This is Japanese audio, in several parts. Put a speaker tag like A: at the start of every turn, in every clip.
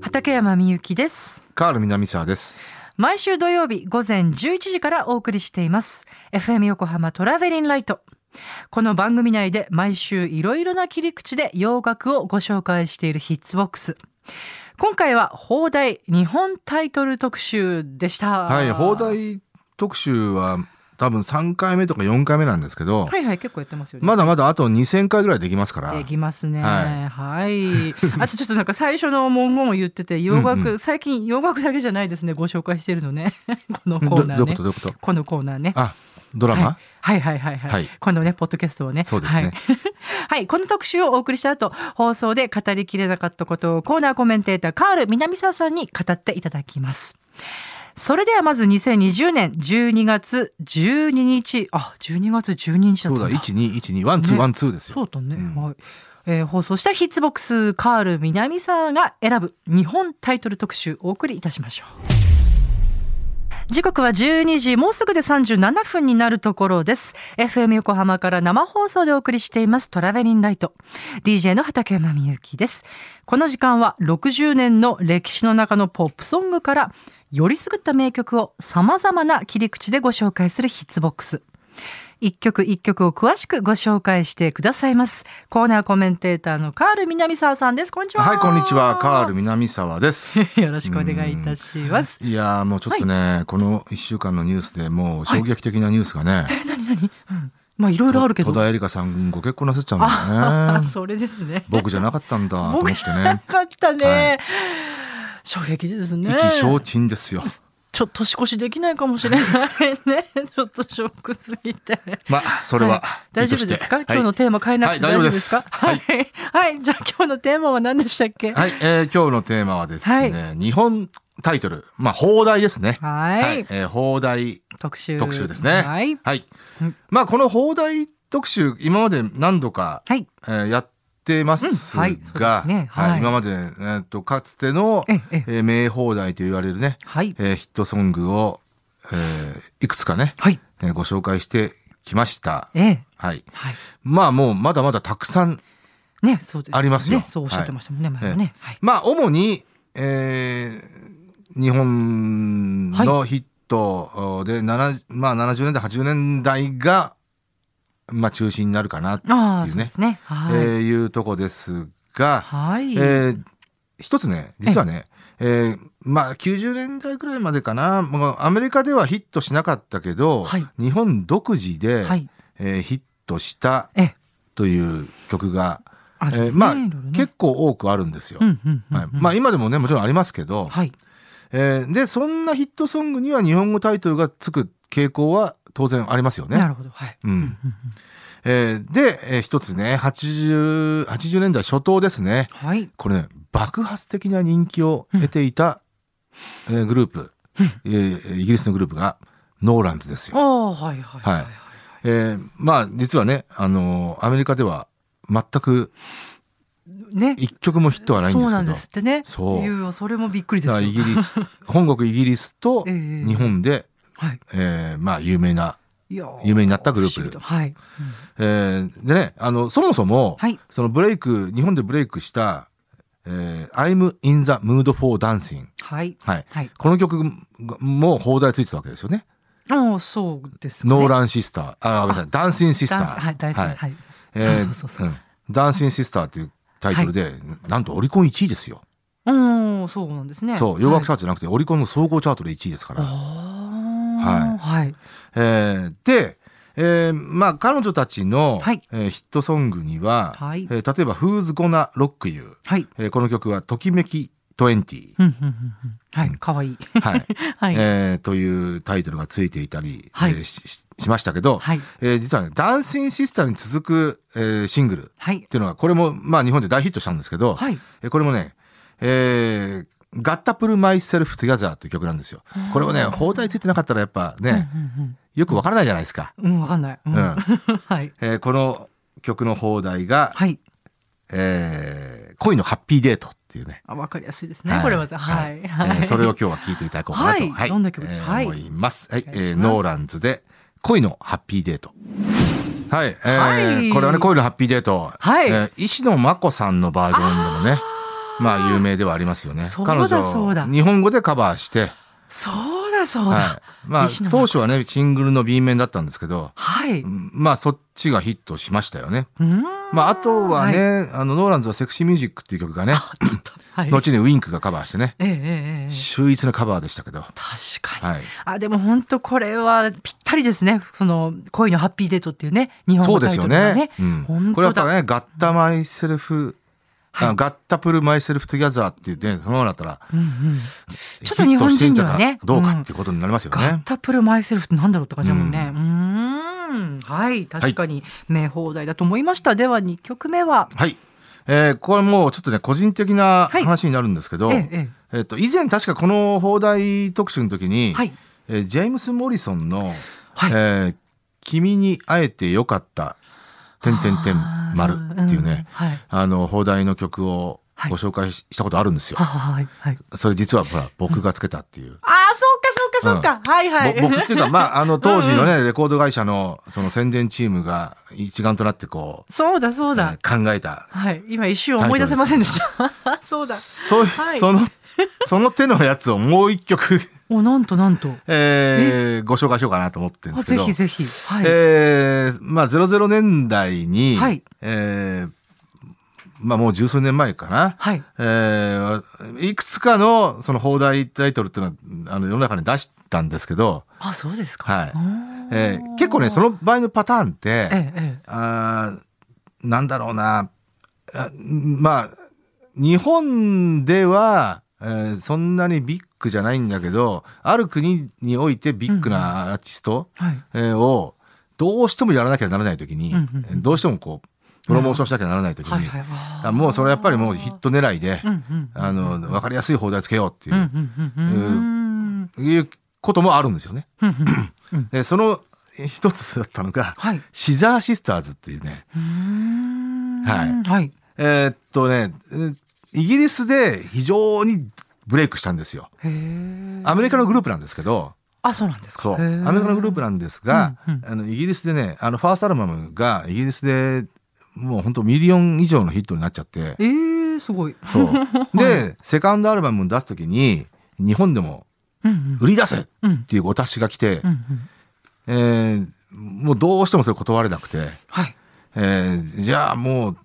A: 畠山みゆきです
B: カール南沢です。
A: 毎週土曜日午前11時からお送りしています。FM 横浜トラベリンライト。この番組内で毎週いろいろな切り口で洋楽をご紹介しているヒッツボックス。今回は放題日本タイトル特集でした。
B: はい、放。題特集は多分3回目とか4回目なんですけど、
A: はいはい、結構やってますよね。
B: まだまだあと2000回ぐらいできますから。
A: できますね。
B: は
A: はい。あとちょっとなんか最初の文言を言ってて、洋楽、
B: うんう
A: 最近洋楽だけじゃないですね、ご紹介してるのね。 この
B: ど
A: コーナ
B: ど
A: ー
B: うい
A: ね
B: うこと。どういうこと
A: このコーナーね。
B: あ、ドラマ、
A: はいはいはいはい。
B: はい
A: このね、ポッドキャストをね。
B: そうですね
A: はい。 はい、この特集をお送りした後、放送で語りきれなかったことをコーナーコメンテーター、カール南沢さんに語っていただきます。それではまず2020年12月12日、あ、12月12日だ
B: そ
A: っ
B: う
A: たん
B: だ、
A: だ。
B: 1、2、1、2、ワン、ツー、
A: ね
B: ワン、ツーです
A: そ
B: よ。
A: うだね。
B: うん
A: はい。えー放送したヒッツボックス、カール南沢が選ぶ日本タイトル特集、お送りいたしましょう。時刻は12時、もうすぐで37分になるところです。FM 横浜から生放送でお送りしています、トラベリンライト。DJ の畠山みゆきです。この時間は60年の歴史の中のポップソングから、よりすぐった名曲を様々な切り口でご紹介するヒッツボックス。一曲一曲を詳しくご紹介してくださいます。コーナーコメンテーターのカール南沢さんです。こんにちは。
B: はい、こんにちは、カール南沢です。
A: ル。よろしくお願いいたします。
B: いやーもうちょっとね、この1週間のニュースでもう衝撃的なニュースがね、
A: え、なになに、うん、まあいろいろあるけど。
B: 戸田恵梨香さんご結婚なさっちゃうんだ
A: あ
B: よね。
A: それですね。
B: 僕じゃなかったんだと思っ
A: 僕
B: て
A: じゃな
B: ね。
A: かったね。
B: は
A: 衝撃です
B: 意
A: ね。
B: 気消沈ですよ。
A: ちょっと年越しできないかもしれないね。ちょっとショックすぎて。
B: まあ、それは、
A: い
B: い
A: 大
B: い
A: 丈
B: と
A: 夫
B: して
A: ですか、
B: はい
A: 今日のテーマ変えなくて
B: は
A: 大
B: い
A: 丈夫ですか
B: 大
A: はい
B: 丈夫。
A: はい。じゃあ今日のテーマは何でしたっけはい。
B: はい、えー今日のテーマはですね、日本タイトル、まあ、放題ですね。えー放題
A: 特集。
B: 特集ですね。
A: はい。
B: はい
A: うん。
B: まあ、この放題特集、今まで何度か、
A: はい。
B: えーやってます
A: うん
B: が、
A: はいそうですねはい
B: はい今まで、えーっと、かつての、
A: ええ、ええ
B: えー名放題と言われるね、
A: はい。
B: えーヒットソングを、えーいくつかね、
A: はい。
B: えーご紹介してきました。
A: ええ。
B: はい。
A: はい。
B: まあ、もう、まだまだたくさん
A: ね、そうです、ね。
B: ありますよ
A: そうおっしゃってましたもんね、前もね。はい。
B: まあ、主に、えー日本のヒットで、70まあ、70年代、80年代が、まあ、中心になるかな、
A: あ
B: っ
A: あ、
B: てい
A: そうう
B: ね
A: ですね。
B: え
A: はい。
B: ーいうとこですが、
A: はい。
B: えー一つね、実はね、えーまあ、90年代くらいまでかな、まあ、アメリカではヒットしなかったけど、
A: はい
B: 日本独自で、
A: はい。
B: えーヒットした
A: ええ。
B: という曲が、
A: あれ
B: え
A: で
B: ー
A: すね、
B: まあ
A: いろいろね、
B: 結構多くあるんですよ。
A: うんうんうん、
B: はい、
A: うん。
B: まあ今でもねもちろんありますけど、
A: はい。
B: えーでそんなヒットソングには日本語タイトルがつく傾向は当然ありますよ
A: な
B: ね。
A: るほど。はい。
B: う
A: うん
B: ん
A: うんうん
B: えーで、えー一つね 80, 80年代初頭ですね
A: はい。
B: これね爆発的な人気を得ていた、えーグループ、えーイギリスのグループがノーランズです
A: あ
B: よ。
A: あ、はいはいはいはいはい。
B: えーまあ実はね、あのーアメリカでは全く
A: ね。
B: 一曲もヒットはないんです
A: そう
B: けど
A: なんですってね。
B: そう
A: いやそれもびっくりで
B: だ
A: す
B: か
A: よ。
B: らイギリス 本国イギリスと
A: ええ
B: 日本で、
A: はい。
B: えーまあ有名ない
A: や
B: 有名になったグループ
A: 不思議とはい。うん
B: えーでね、あの、そもそも、
A: はい。
B: そのブレイク、日本でブレイクした、えー I'm in the mood for dancing。
A: はい。
B: はい。
A: はい。
B: この曲も放題ついてたわけですよね。
A: ああ、そうですね。
B: ノー
A: ン
B: ランシスター、あ、ごめんなさい、ダンシンシスター。
A: はい、大好き。はい。
B: えー
A: そうそうそうそう。
B: んダンシンシスターっていうタイトルで、なんとオリコン1位ですよ。
A: うん、そうなんですね。
B: そう、洋楽チャ
A: はい
B: ートじゃなくて、オリコンの総合チャートで1位ですから。
A: ああ、はい。
B: えーで、えーまあ、彼女たちの、
A: はい
B: えーヒットソングには、
A: はい
B: えー例えば、Who's Gonna Rock You。
A: はい。
B: えーこの曲は「ときめき20」
A: うん、うん、うんうん。はい、か わいい。
B: はい
A: はい。
B: えーというタイトルがついていたり、
A: はい
B: えーしししましたけど、
A: はい。
B: えー実はね「ダンシンシスター」に続く、えーシングルっ
A: はい。
B: ていうのがこれも、まあ、日本で大ヒットしたんですけど、
A: はい。
B: えーこれもね「えーガッタプルマイセルフトゥギャザー」という曲なんですよ。これもね放題ついてなかったらやっぱね、よくわからないじゃないですか。
A: うん、うんうん、うんわかんない。う
B: う ん
A: はい。
B: えーこの曲の放題が、
A: はい。
B: えー恋のハッピーデート」っていうね
A: あ、わかりやすいですね。これは。はい。
B: え
A: は
B: ー
A: い。
B: それを今日は聞いていただこうかなと、
A: はいどんな曲で
B: え
A: しょう
B: ー
A: はい
B: 思います。はい、
A: お願い
B: え
A: し
B: ー
A: ます
B: ノーランズで恋のハッピーデート。はい、えー
A: はい
B: これはね恋のハッピーデート。
A: はい
B: えー石野真子さんのバージョンでもね、まあ有名ではありますよね。
A: そうだ
B: 彼女
A: そうだ
B: 日本語でカバーして、
A: そうだそうだ。
B: はい、まあ
A: 西野
B: 当初はねシングルの B 面だったんですけど、
A: はい。う
B: まあそっちがヒットしましたよね。
A: ーん。
B: まああとはね、
A: い。
B: あのノーランズはセクシーミュージックっていう曲がね、
A: はい、
B: 後にウィンクがカバーしてね、
A: ええええええ
B: 秀逸なカバーでしたけど、は
A: 確かに。
B: い。
A: あでも本当これはぴったりですね。その恋のハッピーデートっていうね日本
B: そ
A: 語
B: うで
A: タイト
B: すよ
A: ルがね
B: ね。。うん
A: 本
B: これや
A: 当
B: っぱ
A: だ。
B: ね、ガッタマイセルフ、
A: はい
B: あのガッタプルマイセルフトゥギャザーっていうね、そのままだったら、
A: うんうん。
B: ち
A: ょっと日本人にはね
B: どうかっていうことになりますよね。
A: ガッタプルマイセルフってなんだろうって感じだもんね。う
B: う
A: ーん。はい確かに名放題だと思いました。では二曲目は。
B: はい。えーこれもうちょっとね、個人的な
A: はい
B: 話になるんですけど、
A: え
B: え
A: ええ
B: っと、以前確かこの放題特集の時
A: え
B: に、
A: はい
B: えージェームス・モリソンの、
A: はい。
B: えー君に会えてよかった、てんてんてん、丸っていうね、
A: あー。んはい。
B: あの、放題の曲を
A: はい
B: ご紹介ししたことあるんですよ。
A: はははいはい。
B: それ実はほら、僕がつけたっていう。
A: ああ、そうか、そうか、そうか。はい、はい。
B: ぼ僕っていうか、まあ、あの、当時のね、レコード会社の、その宣伝チームが一丸となってこ う、
A: そうだ、そうだ。
B: えー考えた。
A: はい。今一瞬思い出せませんでした。 そうだ。
B: そう、
A: はい
B: そ の、その手のやつをもう一曲、
A: お、なんとなんと。
B: えーご紹介しようかなと思ってる
A: あ
B: んです
A: ぜ
B: けど。
A: ひぜひ。はい。
B: えーまあ、00年代に、
A: はい
B: えーまあ、もう十数年前かな。
A: はい。
B: えーいくつかの、その、放題タイトルっていうのは、あの、世の中に出したんですけど、
A: あ、そうですか。
B: はい
A: おー
B: えー結構ね、そ、の場合のパターンって、
A: ええ、え
B: あーなんだろうなあまあ日本では、えーそんなにビッグじゃないんだけどある国においてビッグなアーティスト、
A: え。はい。
B: えーをどうしてもやらなきゃならない時に、
A: うんうんうん
B: どうしてもこうプロモーションしなきゃならない時に、
A: はい、はい。あー
B: あもうそれやっぱりもうヒッ。ト狙いで、
A: うん、うん。
B: あの分かりやすい放題つけようってい
A: うん、う
B: う,、
A: ん、うんうん。
B: いうこともあるんですよね。
A: うんうん
B: でその一つだったの が
A: はい。
B: シザーシスターズっていうね、
A: うーん
B: はい。
A: はい。
B: えーっとね、えーイギリスで非常にブレイクしたんですよ。
A: へえ。
B: アメリカのグループなんですけど、
A: あ、そうなんですか。
B: そう。アメリカのグループ
A: ん
B: なんですが、
A: うんうん
B: あのイギリスでね、あのファーストアルバムがイギリスでもう本当ミリオン以上のヒットになっちゃって、
A: ええ、すごい。
B: そう。で、セカンドアルバムを出すときに、日本でも
A: うん、
B: 売り出せっ
A: うん。うん。
B: ていうお達しが来て
A: う、ん、うん。
B: えーもうどうしてもそれ断れなくて、
A: はい。
B: えーじゃあもう、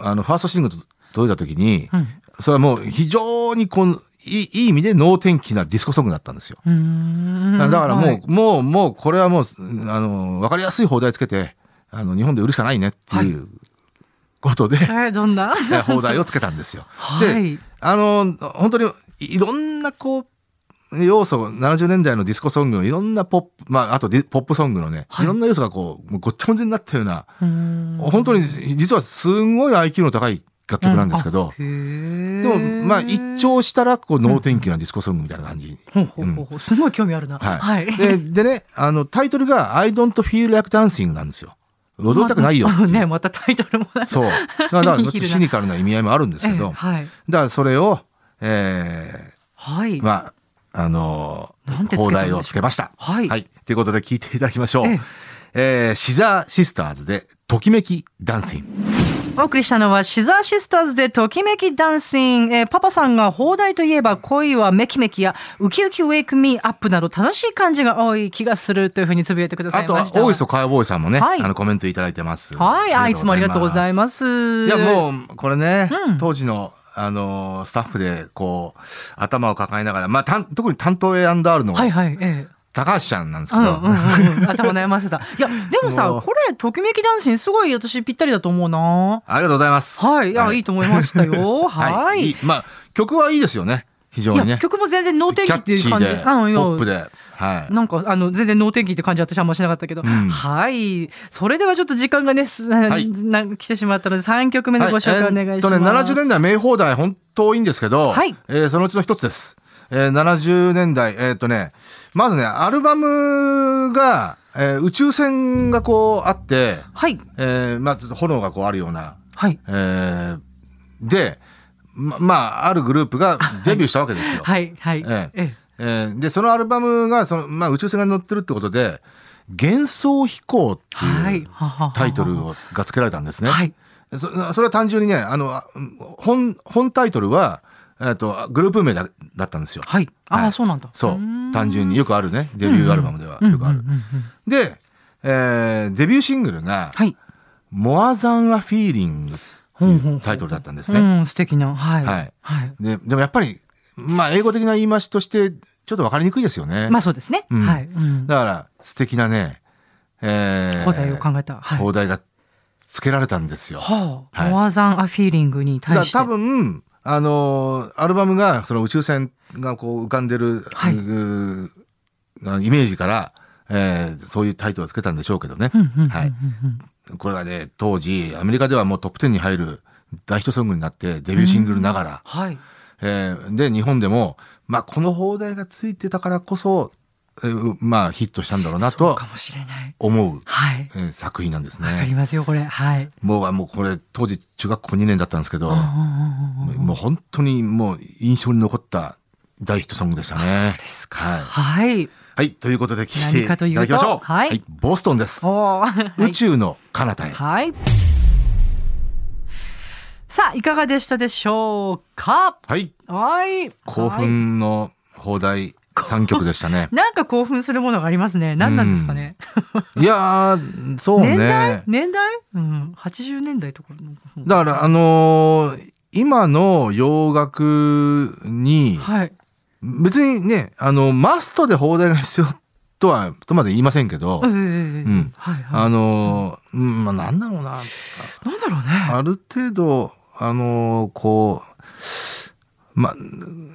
B: あの、ファーストシングルと届いたときに、
A: うん。
B: それはもう非常にこのいいいい意味で能天気なディスコソングだったんですよ。
A: うーん
B: だからもう、
A: はい
B: もう、もう、これはもう、あの、わかりやすい放題つけて、あの、日本で売るしかないねっていうことで、
A: えーどんな
B: え放題をつけたんですよ。
A: は
B: で、
A: い。
B: あの、本当にいいろんなこう、要素、70年代のディスコソングのいろんなポップ、まあ、あとディポップソングのね、
A: はい
B: いろんな要素がこう、もうごっちゃ混ぜになったような、
A: 本
B: 本当に実はすごい IQ の高い楽曲なんですけど、で
A: で
B: も、まあ、一
A: 応
B: 聴したら、こう、能天気なディスコソングみたいな感じ。
A: ほうほうほうほうすごい興味あるな。は。
B: はいい。で、でね、あの、タイトルが、I don't feel like dancing なんですよ。踊りたくないよっていう。
A: ね、またタイトルもなんか
B: そう。だから、 だからシニカルな意味合いもあるんですけ
A: ええ
B: ど、だか
A: はい。
B: ら、それを、え
A: はい。
B: ー、まあ、あの
A: なんてつけたんでしょ
B: 放
A: う
B: 題をつけました。
A: はい
B: はい。ということで、聞いていただきましょう
A: ええ。
B: えー、シザーシスターズで、ときめきダンシング。
A: お送りしたのは、シザーシスターズでときめきダンシング。えーパパさんが放題といえば恋はめきめきや、ウキウキウェイクミーアップなど楽しい感じが多い気がするというふうにつぶやいてくださ
B: あ
A: い
B: と
A: ま
B: は
A: し、た。
B: 大磯カーボーイさんもね、
A: はい
B: あの、コメントいただいてます。
A: はい。あ、いつもありがとうござい
B: す
A: ます。
B: いやもうこれね、
A: うん
B: 当時のあのースタッフでこう頭を抱えながら、まあ、たん特に担当 A&R の
A: はいはい。ええ
B: 高橋ちゃんなんです
A: うん
B: け
A: う
B: ど、
A: んうんうん、頭悩ませ た。いや、でも
B: も
A: さ、
B: う
A: これ、ときめきダンシングすごい私ぴったりだと思うな。
B: ありがとうございます。
A: はい、いや、い、いと思いましたよ。は。
B: はいい
A: い
B: いまあ曲はいいですよね非常に
A: や、
B: ね。
A: 曲も全然能
B: キ
A: 天気
B: ャ
A: っ
B: ッ
A: てい
B: チ
A: う
B: ー
A: 感じ。
B: で
A: あの
B: ポッ
A: よ
B: プで、はい、
A: なんか、あの、全然能天気って感じ私はあんましなかったけど。
B: ん
A: はい。それではちょっと時間がね、す
B: い
A: な来てしまったので、3曲目のご紹介お願し
B: はいい
A: ます。
B: えーっとね70年代名放題本当いいんですけど、
A: はい
B: えーそのうちの一つです。えー70年代えーっとねまずねアルバムが、えー宇宙船がこうあって。
A: はい。
B: えーまあ、ちょっと炎がこうあるような、
A: はい。
B: えーで、ま、まあ、あるグループがデビューしたわけですよ。
A: はい。はい。
B: ええ
A: え
B: えーで、そのアルバムが、その、まあ、宇宙船が乗ってるってことで、幻想飛行って
A: はいいう
B: タイトルをが付けられたんですね。
A: はい
B: そそれは単純にねあのあ本本タイトルは、えっとグループ名だだったんですよ
A: はい。ああ、
B: はい
A: そうなんだ。
B: そう
A: ーん
B: 単純によくあるねデビューアルバムではよくあ
A: うん
B: る
A: うんうんうん
B: で、えーデビューシングルが
A: はい。
B: 「モアザンアフィーリング」っていうタイトルだったんですね
A: うん、素敵な。はい。
B: はいででもやっぱりまあ英語的な言い回しとしてちょっとわかりにくいですよね
A: まあそうですね。
B: うん
A: はい。うん
B: だから素敵なねえー
A: 放題を考えた。はい。
B: 放題がつけられたんですよ
A: はあ。
B: はい
A: モアザンアフィーリングに
B: だか
A: 対
B: ら
A: して。
B: 多分あのーアルバムがその宇宙船がこう浮かんでる、
A: はいう
B: ーイメージから、えーそういうタイトルをつけたんでしょうけどね
A: うん、うんうんうんうん。
B: はいこれがね当時アメリカではもうトップ10に入る大ヒットソングになってデビューシングルながら、
A: はい。
B: えーで日本でも、まあ、この放題がついてたからこそ、えーまあ、ヒットしたんだろうな
A: そう
B: と
A: かもしれない。
B: 思う
A: はい。
B: えー作品なんです
A: わかり
B: ね。
A: ますよ、これ。はい。
B: もうもうこれ当時中学校2年だったんですけど、
A: うんうんうんうん
B: もう本当にもう印象に残った大ヒットソングでした
A: あ
B: ね
A: そう。ですか。
B: はい、
A: はい。
B: はい、ということで聞いてい
A: 何か
B: た
A: と
B: だ
A: いう
B: き
A: と
B: ましょう。
A: はい
B: ボストンです。
A: おー
B: 宇宙の彼方へ。
A: はい。さあ、いかがでしたでしょうか
B: はい、
A: はい。
B: 興
A: はい。
B: 奮の放題3曲でしたね。
A: なんか興奮するものがありますね。何なんですかね。
B: いやー、そう
A: 年
B: ね。
A: 年代うん。80年代とかの。
B: だから、あのー今の洋楽に、
A: はい。
B: 別にね、あの、マストで放題が必要とは、とまで言いませんけど、
A: うん。
B: ん
A: はい
B: あ
A: は
B: のーうん、まあ、なんだろうな。
A: い。なんだろうね。
B: ある程度、あのーこう、ま、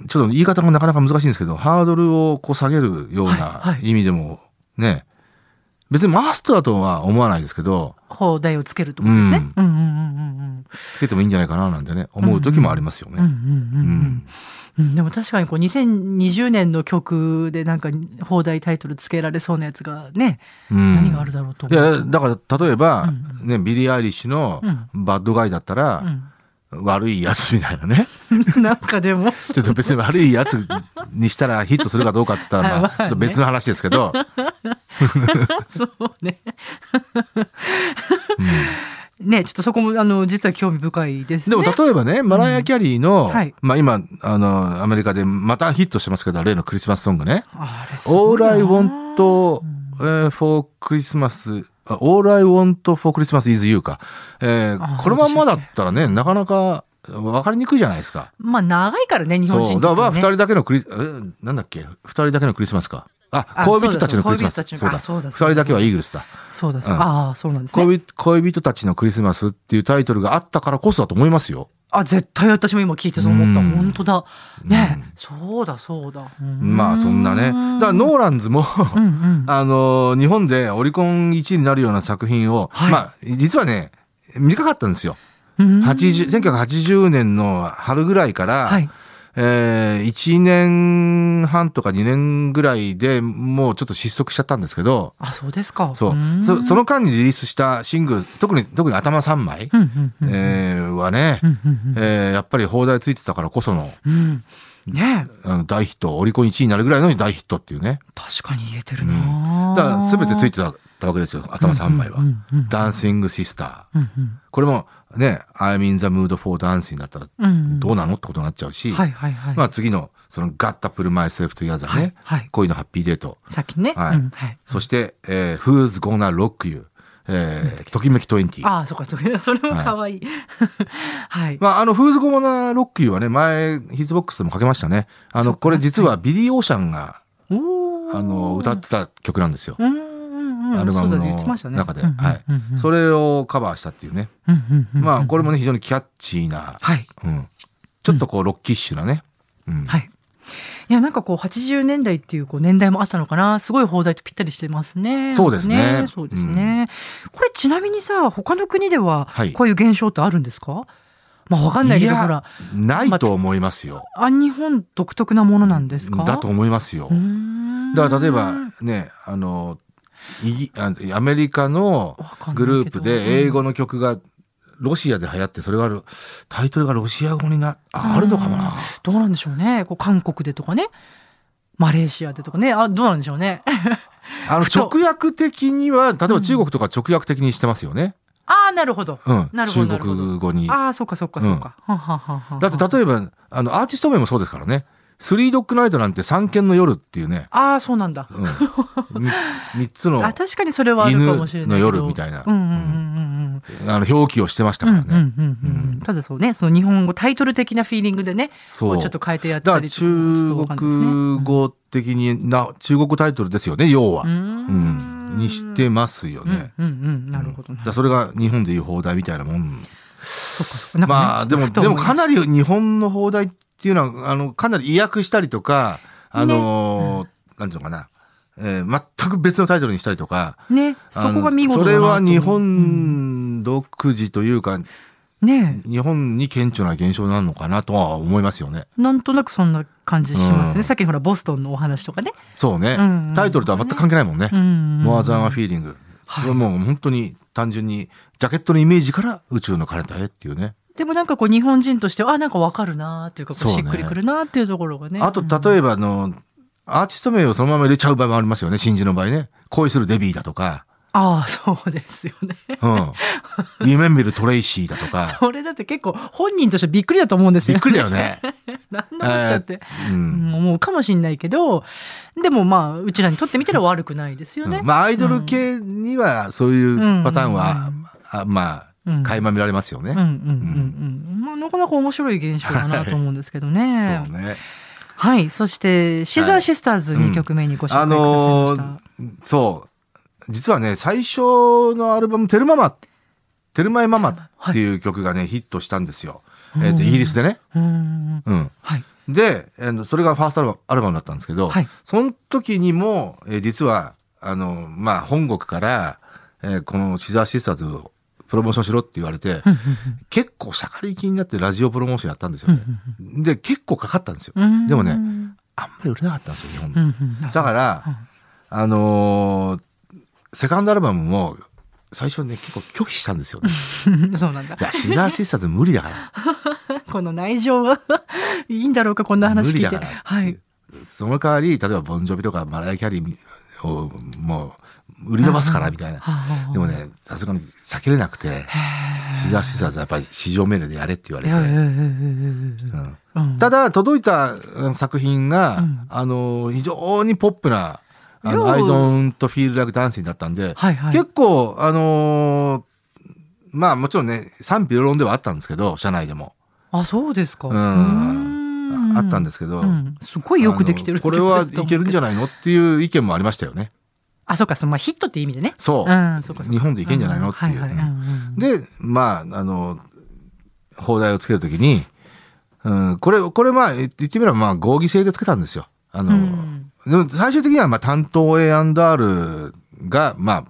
B: ちょっと言い方もなかなか難しいんですけど、ハードルをこう下げるよう
A: はい
B: な
A: はい
B: 意味でも、ね、別にマストだとは思わないですけど、
A: 放題をつけるってことですね。う
B: うん
A: うんうん
B: つけてもいいんじゃないかななんてね、思う時もありますよ
A: うんうん。うんうん
B: ね。
A: う
B: うん
A: うん
B: ん。
A: うん、でも確かにこう2020年の曲でなんか放題タイトルつけられそうなやつがね、
B: うん
A: 何があるだろうと
B: い
A: 思うと
B: や、だから、例えば、
A: うん
B: ね、ビリー・アイリッシュのバッドガイだったら、悪いやつみたいなね。
A: うん、 なんかでも
B: ちょっと別に悪いやつにしたらヒットするかどうかって 言ったら、まあ、ちょっと別の話ですけど、
A: そうね
B: うん
A: ねちょっとそこもあの実は興味深いです
B: で
A: ね
B: も例えばね、マライア・キャリーの、
A: うんはい
B: まあ今、あの、アメリカでまたヒットしてますけど、例のクリスマスソングね。
A: あれすご
B: All
A: いな
B: I Want、えー for Christmas, あ All I Want for Christmas is You か。えー
A: あ
B: このまんまだったらね、なかなか分かりにくいじゃないですか。
A: まあ長いからね日本人
B: そう。
A: に
B: だ
A: と
B: か
A: って
B: らまあ
A: は
B: 二
A: ね
B: 人だけのクリス、えーなんだっけ二人だけのクリスマスか。あ、
A: あ
B: 恋人たちのクリスマス。
A: そうだそうだ
B: 二人だけはイーグルスだ。
A: そうだそうだ、
B: うん
A: ああそうなんですね
B: 恋人恋人たちのクリスマスっていうタイトルがあったからこそだと思いますよ。
A: あ絶対私も今聞いてそう思った、
B: うん
A: 本当だね、
B: う
A: そうだそうだ
B: まあそんなね。だからノーランズも、
A: うんうん
B: あのー日本でオリコン1位になるような作品を、
A: はい
B: まあ、実はね、短かったんですよ。
A: うん
B: 80 1980年の春ぐらいから、
A: はい
B: え1年半とか2年ぐらいでもうちょっと失速しちゃったんですけど、
A: あそうですか
B: そう。
A: ん
B: そその間にリリースしたシングル、特に、特に頭3枚、
A: うんうんうん
B: えーはね、
A: うんうんうん
B: えーやっぱり放題ついてたからこその
A: うんねえ
B: あの大ヒット、オリコン1位になるぐらいの大ヒットっていうね。
A: 確かに言えてるなあ、
B: だから全てついてたわけですよ、頭3枚は
A: うんう。んうんうん
B: ダンシングシスター。
A: うんうん
B: これもね、I'm in the mood for dancing だったら
A: うん
B: どうなのってことになっちゃうし、
A: はいはいはい。
B: まあ次のそのガッタプルマイセルフというやつだ
A: は
B: ね、
A: い、はい。
B: 恋のハッピーデート、
A: さっきね。
B: はい
A: うんはい、
B: そして、えー Who's gonna rock you、えーときめき20。
A: ああ、そうか、そうかそれも可愛い。 はい。
B: まあ、あの、Who's gonna rock you はね、前、ヒッツボックスでもかけましたね。あ
A: そう
B: の、
A: か
B: これ実はビリー・オーシャンが、
A: おー
B: あの、歌ってた曲なんですよ。
A: うんうんうん。
B: アルバム
A: そうだ言ってま
B: の
A: したね
B: 中で。
A: うんうんうん
B: はい。それをカバーしたっていうね。
A: うんうんうん
B: まあ、これもね、非常にキャッチーな、
A: はい。
B: うん。ちょっとこう、ロッキッシュなね。うん。
A: はい。いや、なんかこう、80年代っていうこう年代もあったのかな。すごい放題とぴったりしてますね。
B: そうですね
A: なんかそうですね。これちなみにさ、他の国では
B: はい、
A: こういう現象ってあるんですか、まあ、わかんないけど、
B: いや
A: ほら。
B: ないと思いますよ。
A: あ、日本独特なものなんですか
B: だと思いますよ
A: うー。ん
B: だから例えばね、あの、イギあアメリカの
A: わかんないけど
B: グループで英語の曲がロシアで流行って、それがあるタイトルがロシア語にな、ああるのかもな。
A: どうなんでしょうね。こう韓国でとかね。マレーシアでとかね。あ、どうなんでしょうね。
B: あの、
A: そう
B: 直訳的には、例えば中国とか直訳的にしてますよね。
A: ああなるほど。
B: うん、
A: なるほど
B: 中
A: なるほど
B: 国語に。
A: ああそうかそうかそうか。はんはんはんはん
B: だって例えばあのアーティスト名もそうですからね「スリードッグナイト」なんて「三軒の夜」っていうね、
A: ああそうなんだ。
B: うん、3つの
A: あ確かにそれはあるかもしれないけど。
B: 犬の夜みたいな
A: うんうんうん
B: あの表記をしてました
A: うんう
B: か
A: ん。うん
B: ら
A: うん
B: ね。
A: うんうんただそうねその日本語タイトル的なフィーリングでね
B: そ
A: こ
B: う
A: うちょっと変えてやっ
B: だ
A: た
B: から
A: り
B: 中国語的にな中国語タイトルですよね要は、うんにしてますよね。
A: うんうんうんなるほど
B: だ
A: な
B: からそれが日本でいう放題みたいなも
A: な
B: ん
A: んかね
B: まあでも
A: ふと
B: で
A: 思い
B: も
A: ました
B: かなり日本の放題っていうのはあのかなり意訳したりとかあの、なんていうのかな、えー全く別のタイトルにしたりとか
A: ねそこが見事
B: あの
A: だな
B: それ
A: と思う
B: は日
A: うん
B: 本独自というか
A: ね
B: 日本に顕著な現象なのかなとは思いますよね。
A: なんとなくそんな感じします
B: う
A: ね
B: ん
A: さっきのほらボストンのお話とかね
B: そうね、
A: うんうん
B: タイトルとは全く関係ないもんね。モ
A: モ
B: アザンは
A: フ
B: フィーリング。
A: はい
B: これもう本当に単純にジャケットのイメージから宇宙の彼方へっていうね。
A: でもなんかこう日本人としてはあなんかわかるなっていうかこう
B: そう
A: し
B: ね
A: っくりくるなっていうところがね
B: あと例えばあのアーティスト名をそのまま入れちゃう場合もありますよね。新人の場合ね。恋するデビーだとか、
A: ああそうですよね
B: うん、夢見るトレイシーだとか。
A: それだって結構本人としてびっくりだと思うんです
B: び
A: よ
B: っくりだよ ね。
A: 何のこっちゃって、
B: う
A: うんん思うかもしれないけどでもまあうちらにとってみたら悪くないですよね、
B: うんまあアイドル系にはそういうパターンは、あま
A: う
B: あ
A: ん
B: 垣間見られますよね。
A: うんうんうんうんまあ、なかなか面白い現象だなと思うんですけどね。
B: そうね。
A: はい、そしてシザーシスターズ2曲目にご紹
B: あ
A: 介くださいまし
B: の
A: た。
B: ーそう実はね最初のアルバム「テルママ」「テルマエママ」っていう曲がね、ヒットしたんですよ、えーと
A: うん
B: イギリスでね。
A: うーん
B: うん、
A: はい、
B: で、えーのそれがファーストアルバムアルバムだったんですけど、
A: はい
B: その時にも、えー実はあの、まあ、本国から、えーこの「シザーシスターズ」をプロモーションしろって言われて、
A: うんうん
B: 結構しゃかり気になってラジオプロモーションやったんですよね。で結構かかったんですよ。
A: うんうんうん
B: でもね
A: うん
B: あんまり売れなかったんですよ日本で
A: う。ん
B: だから、あのーセカンドアルバムも最初ね結構拒否したんですよね。
A: うん そうなんだ
B: い。やシザーシスターズ無理だか
A: この内情は いいんだろうかこんな
B: ら無
A: 話
B: 理
A: 聞い
B: だ
A: て。
B: から、
A: はい。
B: その代わり例えばボンジョビとかマライア・キャリーをもう売り飛ばすからみたいな。でも
A: ね。
B: ねさすがに避けれなくてシザーシスターズはやっぱり市場命令でやれって言われ
A: いやいやい
B: て。
A: やいやいやいや
B: うん
A: うん
B: ただ届いたうん作品が、
A: うん
B: あの非常にポップな「あ
A: よう
B: の I don't feel like dancing」だったんで、
A: はいはい。
B: 結構あのーまあもちろんね賛否両論ではあったんですけど社内でも
A: あそうですか。
B: うんああったんですすけど、
A: すごいよくできて
B: あ
A: る
B: のこれはいけるんじゃ
A: ない
B: ないのっていう意見もありましたよね
A: あそうかそのまあヒットって意味でね。
B: そう,、
A: うんそうかそうか
B: 日本でいけんじゃないのっていう、
A: ははんん
B: でまああの放題をつけるときに、うん、これこれまあ言ってみればまあ合議制でつけたんですよあの、
A: うん
B: でも最終的にはまあ担当 A&R がまあ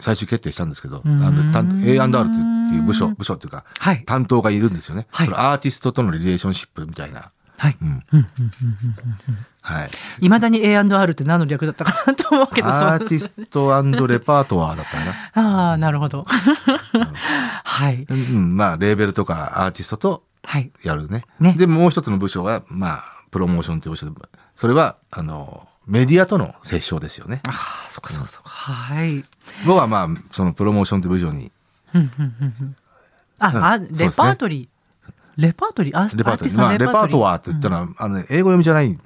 B: 最終決定したんですけど、あ
A: うん
B: の担 A&R っていう部署部署っていうか
A: はい
B: 担当がいるんですよね。
A: はい
B: これアーティストとのリレーションシップみたいな。
A: はい。
B: うん
A: うんうんうん
B: はい。
A: いまだに A&R って何の略だったかなと思うけど、そう
B: アーティストレパートワーだったかな。
A: ああ、なるほど。 はい。
B: うんうん、まあレーベルとかアーティストと
A: はい。
B: やるね。
A: ね
B: でもう一つの部署がまあプロモーションという部署で、それはあのメディアとの接触ですよね。
A: ああ、そっかそっかそっか。はい。
B: 僕はまあそのプロモーションという部署に
A: うんうんうんうんあ、あ、
B: うんそうですね
A: レパートリー。レパートリーあ、アー
B: レパー
A: テ
B: ト
A: ィ
B: リ
A: ス
B: ー。
A: ト
B: まあ、
A: の
B: レパートワーって言った
A: ら。
B: ら、あのね、英語読みじゃない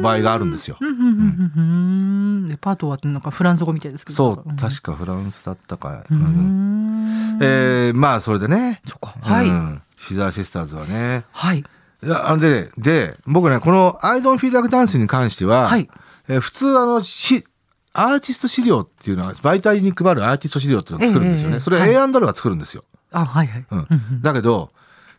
B: 場合があるんですよ
A: う。んうんうんうんうんレパートワーってなんかフランス語みたいですけど。
B: そう
A: なん、
B: 確かフランスだったか。
A: う
B: うん
A: ん。え。
B: えーまあ、それでね。
A: そっか。はい。
B: うんシザーシスターズはね。
A: はい。
B: いやあで、で、僕ね、このアイドンフィールダーダンスに関しては、
A: はい
B: えー普通、あの、し、アーティスト資料っていうのは、媒体に配るアーティスト資料っていうのを作るんですよ
A: え
B: ね。
A: え
B: それ
A: はい
B: A&R が作るんですよ。
A: あ、はいはい。
B: うん
A: うん
B: だけど、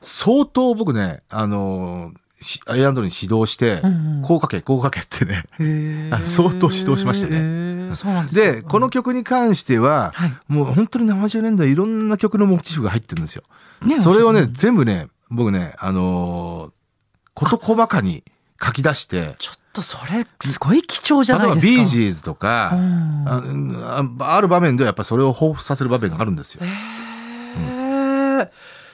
B: 相当僕ね、あのー、し A&R に指導して、
A: うんうん
B: こう書け、こう書けってね。
A: へー
B: あ相当指導しましたね
A: へーそうなんですか
B: で、この曲に関しては、
A: はい
B: もう本当に70年代いろんな曲のモチーフが入ってるんですよ。
A: ね
B: それを
A: う
B: ね、
A: ん
B: 全部ね、僕ね、あのー事細かに書き出して、
A: ちょっとそれすごい貴重じ
B: 例え
A: ゃない
B: ば
A: ですか。
B: ビージーズと
A: う
B: か、
A: ん
B: ああある場面ではやっぱそれを彷彿させる場面があるんですよ。
A: へー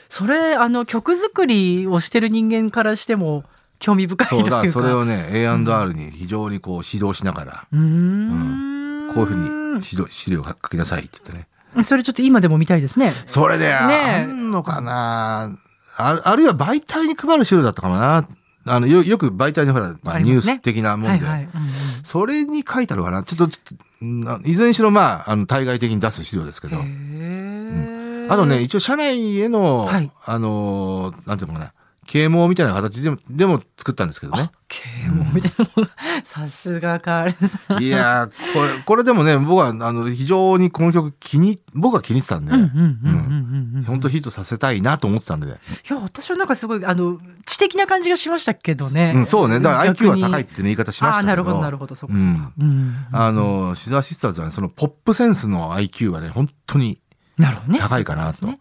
A: それあの曲作りをしてる人間からしても興味深いと
B: そ、
A: いうう
B: だ
A: か。
B: からそれをね、A&R に非常にこう指導しながら、
A: うーん
B: こういうふうに資料資料を書きなさいって言ってね。
A: それちょっと今でも見たいですね。
B: それで、
A: ねえ
B: あんのかなああるいは媒体に配る資料だったかもな。あの、よ、よく媒体にほら、まあ
A: あり
B: ニュ
A: ま
B: ー
A: すね
B: ス的なもんで。
A: はいはい。うんうん
B: それに書いてあるかな。ちょっと、ちょっとうんあいずれにしろ、まあ、あの、対外的に出す資料ですけど。
A: へー
B: あとね、、一応、社内への、
A: はい
B: あのー、なんていうのかな、啓蒙みたいな形でも、でも作ったんですけどね。
A: 啓蒙みたいなもん、さすがカールさ
B: いやー、これ、これでもね、僕は、あの、非常にこの曲気に、僕は気に入ってたんで、
A: ん。うんうんうんうんうん。
B: 本当ヒットさせたいなと思ってたんで、
A: いや、私はなんかすごい、あの、知的な感じがしましたけどね。
B: うん、そうね。だから
A: 逆
B: IQ は
A: に
B: 高いってね言い方しましたけど。
A: ああ、なるほど、なるほど、そうか
B: う
A: そうか
B: ん。
A: うん。
B: あの、シザーシスターズはね、そのポップセンスの IQ はね、本当に
A: なるほどね。
B: 高いかなと。
A: そうで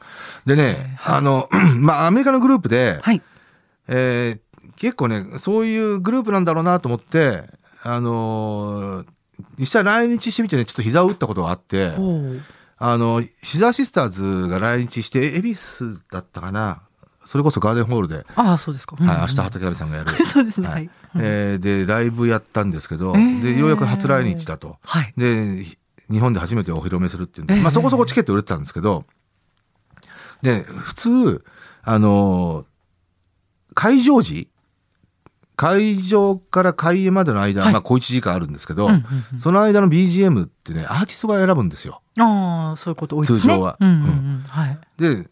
A: すね
B: でね、あの、 まあ、アメリカのグループで、
A: はい。
B: えー結構ね、そういうグループなんだろうなと思って、あのー実際来日してみてね、ちょっと膝を打ったことがあって、
A: ほう。
B: あの、シザーシスターズが来日して、恵比寿だったかな。それこそガーデンホールで、はい、
A: ああ、そうですか。うんうん
B: 明日畠上さんがやる。
A: そうですね。は
B: はい
A: い。
B: えーで、ライブやったんですけど、
A: えー
B: で、ようやく初来日だと。
A: はい。
B: で、ひ日本で初めてお披露目するっていうんで、
A: ええ
B: まあそこそこチケット売れてたんですけど、で、普通、あのー会場時、会場から開演までの間、
A: はい
B: まあ小1時間あるんですけど、
A: うんうんうん
B: その間の BGM ってね、アーティストが選ぶんですよ。
A: ああ、そういうこと多いですね。
B: 通常は
A: うんうんうん。はい。
B: で、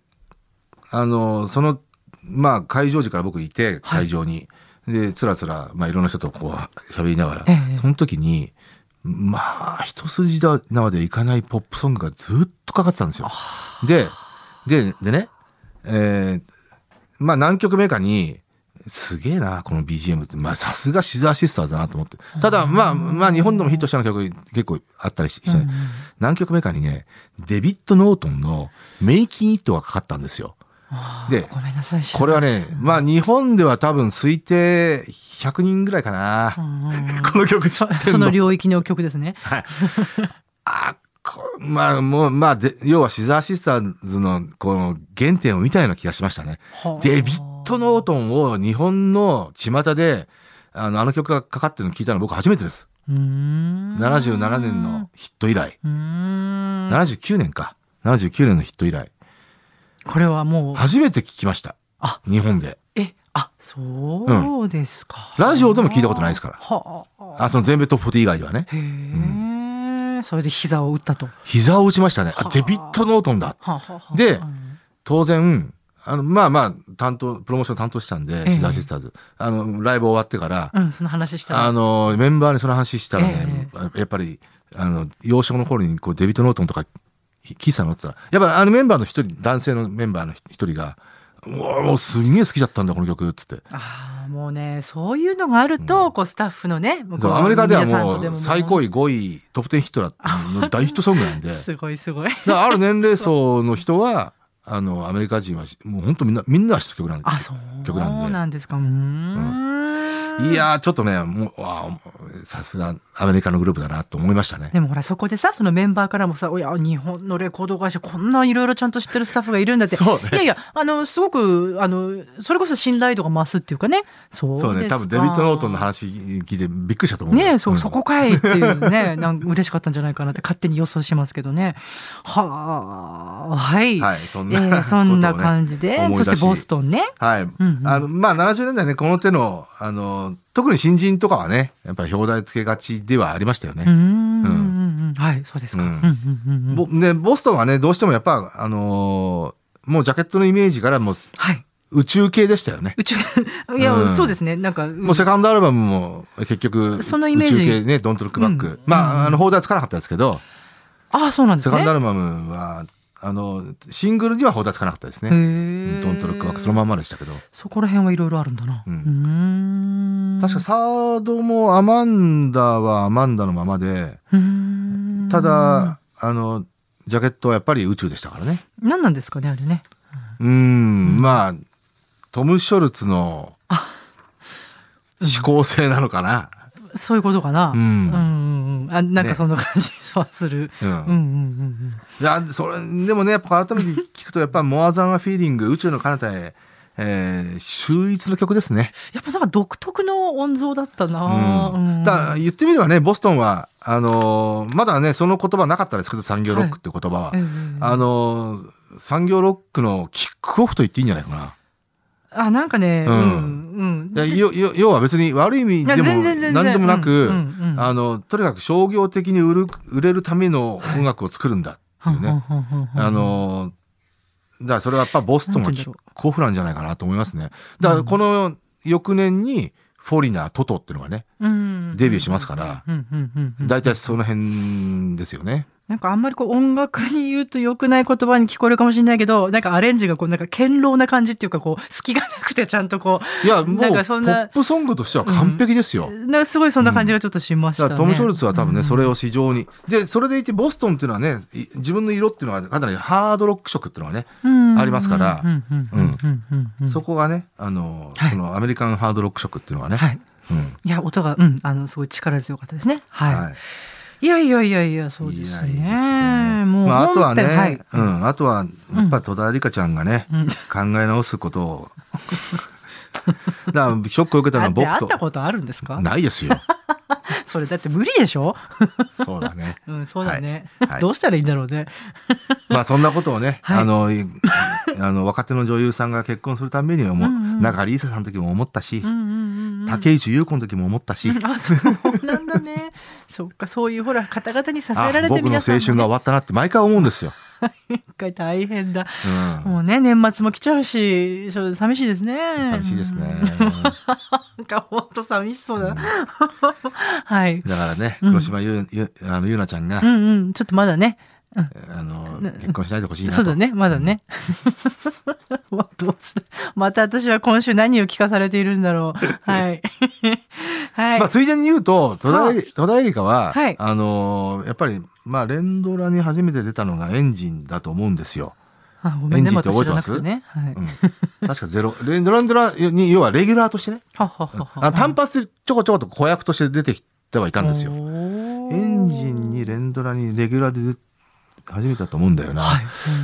B: あのーその、まあ会場時から僕いて、
A: はい
B: 会場に。で、つらつら、まあいろんな人とこう喋りながら、
A: ええ
B: その時に、まあ、一筋縄でいかないポップソングがずっとかかってたんですよ。で、で、でね、えーまあ何曲目かに、すげえな、この BGM って、まあさすがシザーシスターズだなと思って。ただ、まあ、まあ日本でもヒットしたような曲結構あったりして、
A: うんうん
B: 何曲目かにね、デビッド・ノートンのメイキン・イットがかかったんですよ。
A: ああ
B: で
A: ごめんなさい。知ら
B: これはね、まあ日本では多分推定100人ぐらいか
A: なかっ
B: な。
A: た、うんうん
B: この曲知ってんの
A: そその領域の曲ですね。
B: あこまあもうまあで要はシザーシスターズのこの原点を見たような気がしましたね。
A: はあ
B: デビッド・ノートンを日本の巷であのあの曲がかかってるの聞いたの僕初めてです。
A: うーん
B: 77年の。ヒット以来。
A: うーん。
B: 79年か。79年のヒット以来。
A: これはもう、
B: 初めて聞きました。
A: あ
B: 日本で。
A: え、あ、そうですか。
B: ラジオでも聞いたことないですから
A: はあ。
B: あ、その全米トップ40以外ではね。
A: へえ。それで膝を打ったと。は
B: 膝を打ちましたね。あ
A: はあ
B: デビッド・ノートンだ。
A: あはあはあ
B: で
A: うん
B: 当然、あの、まあまあ、担当、プロモーション担当してたんで
A: え、え
B: シザーシスターズ。あの、ライブ終わってから、
A: うん、その話した
B: あ
A: ら。
B: の、メンバーにその話したらね
A: え、
B: やっぱり、あの、幼少の頃に、こう、デビットノートンとか、ひ聞いてたのって言ったら、やっぱあのメンバーの一人、男性のメンバーの一人が、うわもうすんげえ好きだったんだ、この曲、つって。
A: ああ、もうね、そういうのがあると、こう、スタッフのね、向こ
B: そうう
A: の
B: アメリカでは
A: 皆さん
B: も
A: と
B: う、最高位、5位、トップ10ヒットだの大ヒットソン グなんで、だか
A: すごいす ごい。
B: らある年齢層の人は、あの、アメリカ人は、もう本当みんな、みんなは知った曲なんで。
A: あ、そう。
B: 曲なんで
A: なんですか。うーん。
B: い。やー、ちょっとね、もう、わーさすがアメリカのグループだなと思いましたね。
A: でもほら、そこでさ、そのメンバーからもさ、おや、日本のレコード会社、こんないろいろちゃんと知ってるスタッフがいるんだって。
B: そうね
A: いやいや、あの、すごく、あの、それこそ信頼度が増すっていうかね。そうです
B: そ
A: か。
B: うね、多分デビッド・ノートンの話聞いてびっくりしたと思う。
A: ねえ、そう、
B: ん
A: そこかいっていう ね、なん嬉しかったんじゃないかなって勝手に予想しますけどね。はあ、はい。
B: はい、そん
A: え
B: な、
A: ーそんな
B: じ。
A: 感じで、
B: 思い
A: そ
B: 出し
A: してボストンね。
B: はい。
A: うんうん
B: あの、まあ、70年代ね、この手の、あの、特に新人とかはね、やっぱり表題つけがちではありましたよ
A: うー
B: ね。
A: ん、うん、はい、そうですか。う
B: うんん
A: うんうんうん
B: ぼね、ボストンはね、どうしてもやっぱ、あのーもうジャケットのイメージからもう
A: はい。
B: 宇宙系でしたよね。
A: 宇宙、いや、
B: うん
A: そうですね、なんか、
B: もうセカンドアルバムも結局、
A: そのイメージ
B: 宇宙系ね、ドントルックバック。
A: うん
B: まあ、あの、放題つかなかったですけど、
A: ああ、そうなんです
B: セ
A: ね。
B: カンドアルバムは、あの、シングルには放題つかなかったですね。
A: へえ。
B: ドントルックバックそのまんまでしたけど。
A: そこら辺はいろいろあるんだな。う
B: う
A: ー
B: ん
A: ん。
B: 確かサードもアマンダはアマンダのままで、
A: うーん
B: た、だ、あの、ジャケットはやっぱり宇宙でしたからね。
A: 何なんですかね、あれね。
B: うん、まあ、トム・ショルツの思考性なのかな。
A: そういうことかな。
B: う
A: うんんうんうん。あ、なんか
B: ね
A: そんな感じはする。
B: う
A: うんうん
B: ん。いや、それ、でもね、やっぱ改めて聞くと、やっぱ、モアザンはフィーリング、宇宙の彼方へ、えー、秀逸の曲ですね。
A: やっぱなんか独特の音像だったな。
B: う
A: うん
B: ん、だから言ってみればねボストンはああのーまだねその言葉なかったですけど産業ロックっていう言葉は、
A: ええ
B: あのー産業ロックのキックオフと言っていいんじゃないかな。
A: あ、なんかね、う
B: うん
A: うん。
B: ん、いやよよ要は別に悪い意味
A: いや
B: でも
A: 全然全然
B: 何でもな
A: うんう
B: く、
A: んうん
B: あのとにかく商業的に売る売れるための音楽を作るんだっていうね、
A: ほんほんほんほん
B: あ、のだからそれはやっぱボスト
A: な
B: ンが
A: んて
B: キ
A: 言うん
B: ッ
A: だ
B: クオフなんじゃないかなと思いますねだからこの翌年にフォリナートトっていうのがね
A: うん
B: デビューしますから
A: うんうんうんうん
B: 大体その辺ですよね
A: なんかあんまりこう音楽に言うと良くない言葉に聞こえるかもしれないけど、なんかアレンジがこうなんか堅牢な感じっていうかこう隙がなくてちゃんとこ
B: いやもうポ
A: なんかそんな
B: ップソングとしては完璧ですよ、
A: う、なんかすごいそんな感じがちょっとしましたね。
B: だからトム・ショルツは多分ね、そ
A: れ
B: れを非常に。で、それでいて、ボストンっていうのはね、い自分の色っていうのはかなりハードロック色っていうのはね、ありますからそ
A: こ、
B: こがね、あの、
A: はい
B: そのアメリカンハードロック色っていうのはね、
A: はい。
B: うん。
A: いや、音が、うん、あの、すごい力強かったですね。はい。
B: はい
A: い、やいやいやいや、そうで
B: い
A: す
B: やいいです
A: ね。もう、
B: まあ、あとはね、
A: 本編はい。
B: うん、あとは、やっぱ戸田恵梨香ちゃんがね、
A: うん
B: 考え直すことを、 だからショックを受けたの
A: だ
B: は
A: って会っ
B: 僕
A: た
B: と。
A: ことあるんですか
B: ないですよ。
A: それだって無理でしょ
B: そうだね。
A: うん、そうだね。
B: はいはい
A: どうしたらいいんだろうね。
B: まあそんなことをね、
A: はい
B: あの、い あの若手の女優さんが結婚するために思う、
A: うんうん
B: 中里依紗さんの時も思ったし、
A: うんうんうんうん。
B: 竹内優子の時も思ったし、
A: うんあ、そう なんだね。そっか、そういうほら、方々に支
B: あ
A: えられて
B: 僕の
A: 皆
B: 青
A: さん
B: 春が終わったなって毎回思うんですよ。
A: 一回大変だ。
B: うん、
A: もうね、年末も来ちゃうし、そう寂しいですね。
B: 寂しいです ね。
A: なんか本当寂しそうだ。
B: うん
A: はい。
B: だからね、
A: うん
B: 黒島ゆゆあのゆうなちゃんが、
A: うんうん、ちょっとまだね。
B: あの
A: な
B: 結婚しないでほしいなと。
A: そうだね、まだね。 もうどうしたまた私は今週何を聞かされているんだろう。 はい。 はい。
B: まあついでに言うと戸田
A: はい
B: 恵戸田恵梨香は、
A: はい
B: あのーやっぱりまあ連ドラに初めて出たのがエンジンだと思うんですよ。
A: あごめんね、
B: エンジン
A: ま
B: って
A: た知
B: 覚えて
A: ら
B: ま
A: な
B: す
A: くてね。はい。
B: うん、確かゼロ連ドラドラに要はレギュラーとしてね、
A: はははは
B: あ単発でちょこちょこと子役として出てきてはいたんですよ。
A: おー
B: エンジンに連ドラにレギュラーで出初めてだと思うんだよな。
A: は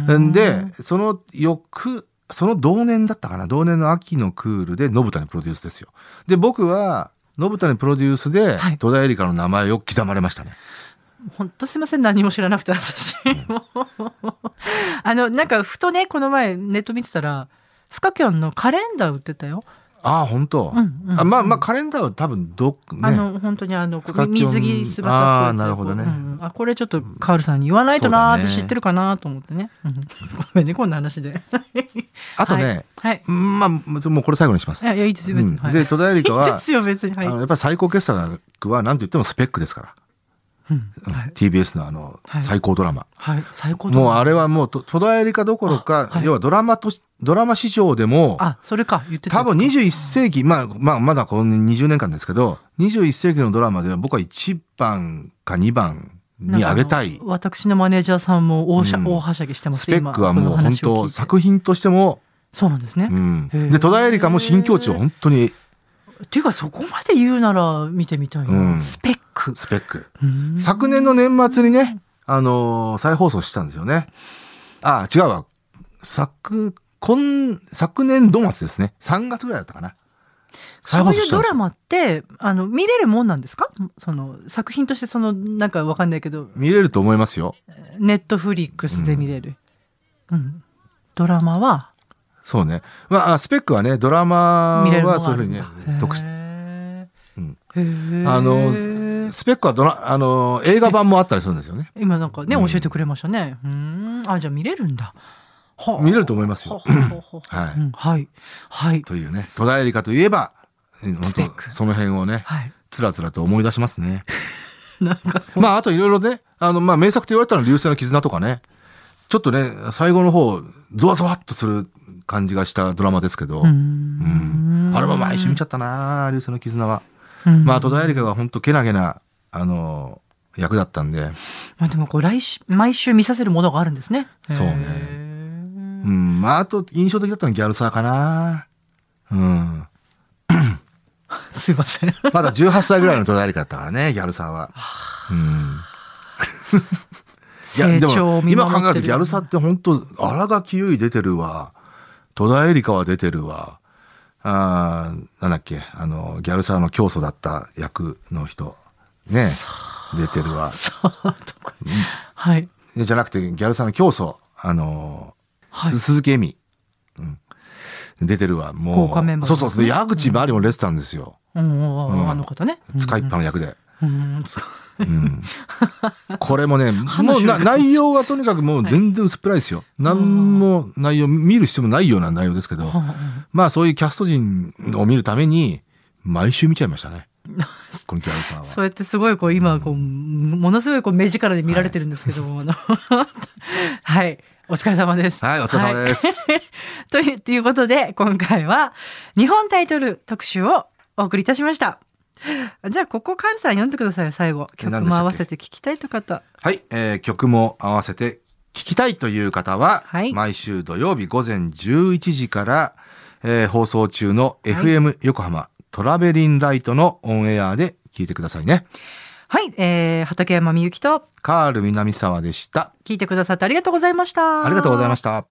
A: い。
B: んで、その翌、その同年だったかな、同年の秋のクールで、信谷プロデュースですよ。で、僕は、信谷プロデュースで
A: はい、
B: 戸田恵梨香の名前を刻まれましたね。
A: 本当すいません何も知らなくて私もう あのなんかふとねこの前ネット見てたらフカキョンのカレンダー売ってたよ、
B: ああ、本当、
A: うんうん
B: あまあまあ、カレンダーは多分どっ、ね、
A: あの本当にあのこう
B: フカキョン
A: 水着姿っぽいやつ
B: あーなるほどね
A: うんうんあこれちょっとカールさんに言わないとなーって
B: そうだ
A: 知
B: ね
A: ってるかなーと思ってね、うんごめんねこんな話で
B: あとね、
A: はい
B: うんまあ、もうこれ最後にします。
A: いやいやいいですよ別に、
B: うん
A: はい、
B: で、戸田恵梨香
A: いいで
B: は、
A: すよ別 にはい、
B: あ
A: う
B: のやっぱり最高傑作は何と言ってもスペックですから。
A: んはい
B: TBS のあの
A: はい、
B: 最高ドラマ。
A: はい、最高だ
B: もうあれはもうと、戸田恵梨香どころ
A: あ
B: か、
A: はい
B: 要はドラマとし、ドラマ史上でも、
A: あそれか言ってた
B: 多
A: やつか
B: 分21世紀、まあ、まあ、まだこの20年間ですけど、21世紀のドラマでは僕は1番か2番に上げた
A: なん
B: い
A: かあ。の私のマネージャーさんも大しゃ、
B: うん
A: 大はしゃぎしてます
B: スペックはもう本
A: 作
B: 当、作品としても、
A: そうなんですね、
B: う
A: っ
B: ん
A: へー。
B: で、戸田恵梨香も新境地を本当に
A: ていうかそこまで言うなら見てみたいな、
B: うん
A: スペック
B: スペック。
A: うん
B: 昨年の年末にね、あのー再放送したんですよね。あ、違うわ。昨、今、昨年度末ですね。3月ぐらいだったかな。再
A: そう
B: 放送
A: いう
B: した
A: ド
B: ん
A: ラ
B: ですよ。
A: マってあの見れるもんなんですかその作品としてそのなんかわかんないけど
B: 見れると思いますよ。
A: ネットフリックスで見れる、うんドラマは
B: そうね。まああ、スペックはね、ドラマ
A: 見れるも
B: は
A: ん
B: そう
A: があ
B: い
A: る
B: うふうに
A: ん
B: ね
A: だ、
B: 特
A: へ
B: うん
A: ーへー
B: あの、スペックはドラ、あの、映画版もあったりするんですよね。
A: 今なんかね、
B: うん
A: 教えてくれましたね。うーん、あ、じゃあ見れるんだ。はあ
B: 見れると思いますよ
A: はあはあはあ
B: はい
A: うんはい。はい。
B: というね、戸田恵梨香といえば、うん
A: スペック
B: その辺をね、
A: はい。
B: つらつらと思い出しますね。
A: なんか、
B: まあ、あといろいろね、あの、まあ、名作と言われたのは流星の絆とかね、ちょっとね、最後の方、ゾワゾワっとする感じがしたドラマですけど、
A: うー
B: うん
A: ん
B: あれは毎週見ちゃ
A: ゃ
B: ったな流星の絆は。
A: うん
B: まあ、戸田恵梨香が本当けなげな、あの、役だったんで、
A: まあでもこう、来週、毎週見させるものがあるんですね。
B: そうねう
A: ね。
B: ん、まあ、あと印象的だったのはギャルサーかなうん。
A: すいません。
B: まだ18歳ぐらいの戸田恵梨香だったから ね、ギャルサーは。うん。いや
A: 成
B: で
A: 長を
B: も
A: 見
B: 今
A: 守ってる。
B: 考えるとギャルサって本当荒垣結衣出てるわ戸田恵梨香は出てるわあーなんだっけあのギャルサの教祖だった役の人ね
A: そ
B: 出てるわ。
A: そうとかはい。
B: じゃなくて、ギャルさんの教祖、あのー
A: はい
B: す鈴木恵美。うん。出てるわ。もう。
A: 豪華メンバー
B: そ
A: で
B: う
A: すね
B: そうそう。矢口まりも出てたんですよ。
A: うんうんうん
B: うん
A: あの方ね。
B: 使いっぱの 役で。
A: うん。うん使い
B: うん。これもね、も
A: 話
B: う
A: が
B: な内容がとにかくもう全然薄っぺらいですよ。何も内容、見る必要もないような内容ですけど、まあそういうキャスト陣を見るために、毎週見ちゃいまし たね。このギャルさんは。
A: そうやってすごいこう今こうものすごいこう目力で見られてるんですけども、あの はいお疲れ様です。
B: はい、お疲れ様です。
A: という ということで今回は日本タイトル特集をお送りいたしました。じゃあここカールさん読んでください最後曲も合わせて聞きたいという方
B: はい、えー曲も合わせて聴きたいという方は、
A: はい
B: 毎週土曜日午前11時から、えー放送中の
A: い
B: FM 横浜、トラベリンライトのオンエアで聞いてくださいね。
A: はい、えー、畠山みゆきと
B: カール南沢でした。
A: 聞いてくださってありがとうございました。
B: ありがとうございました。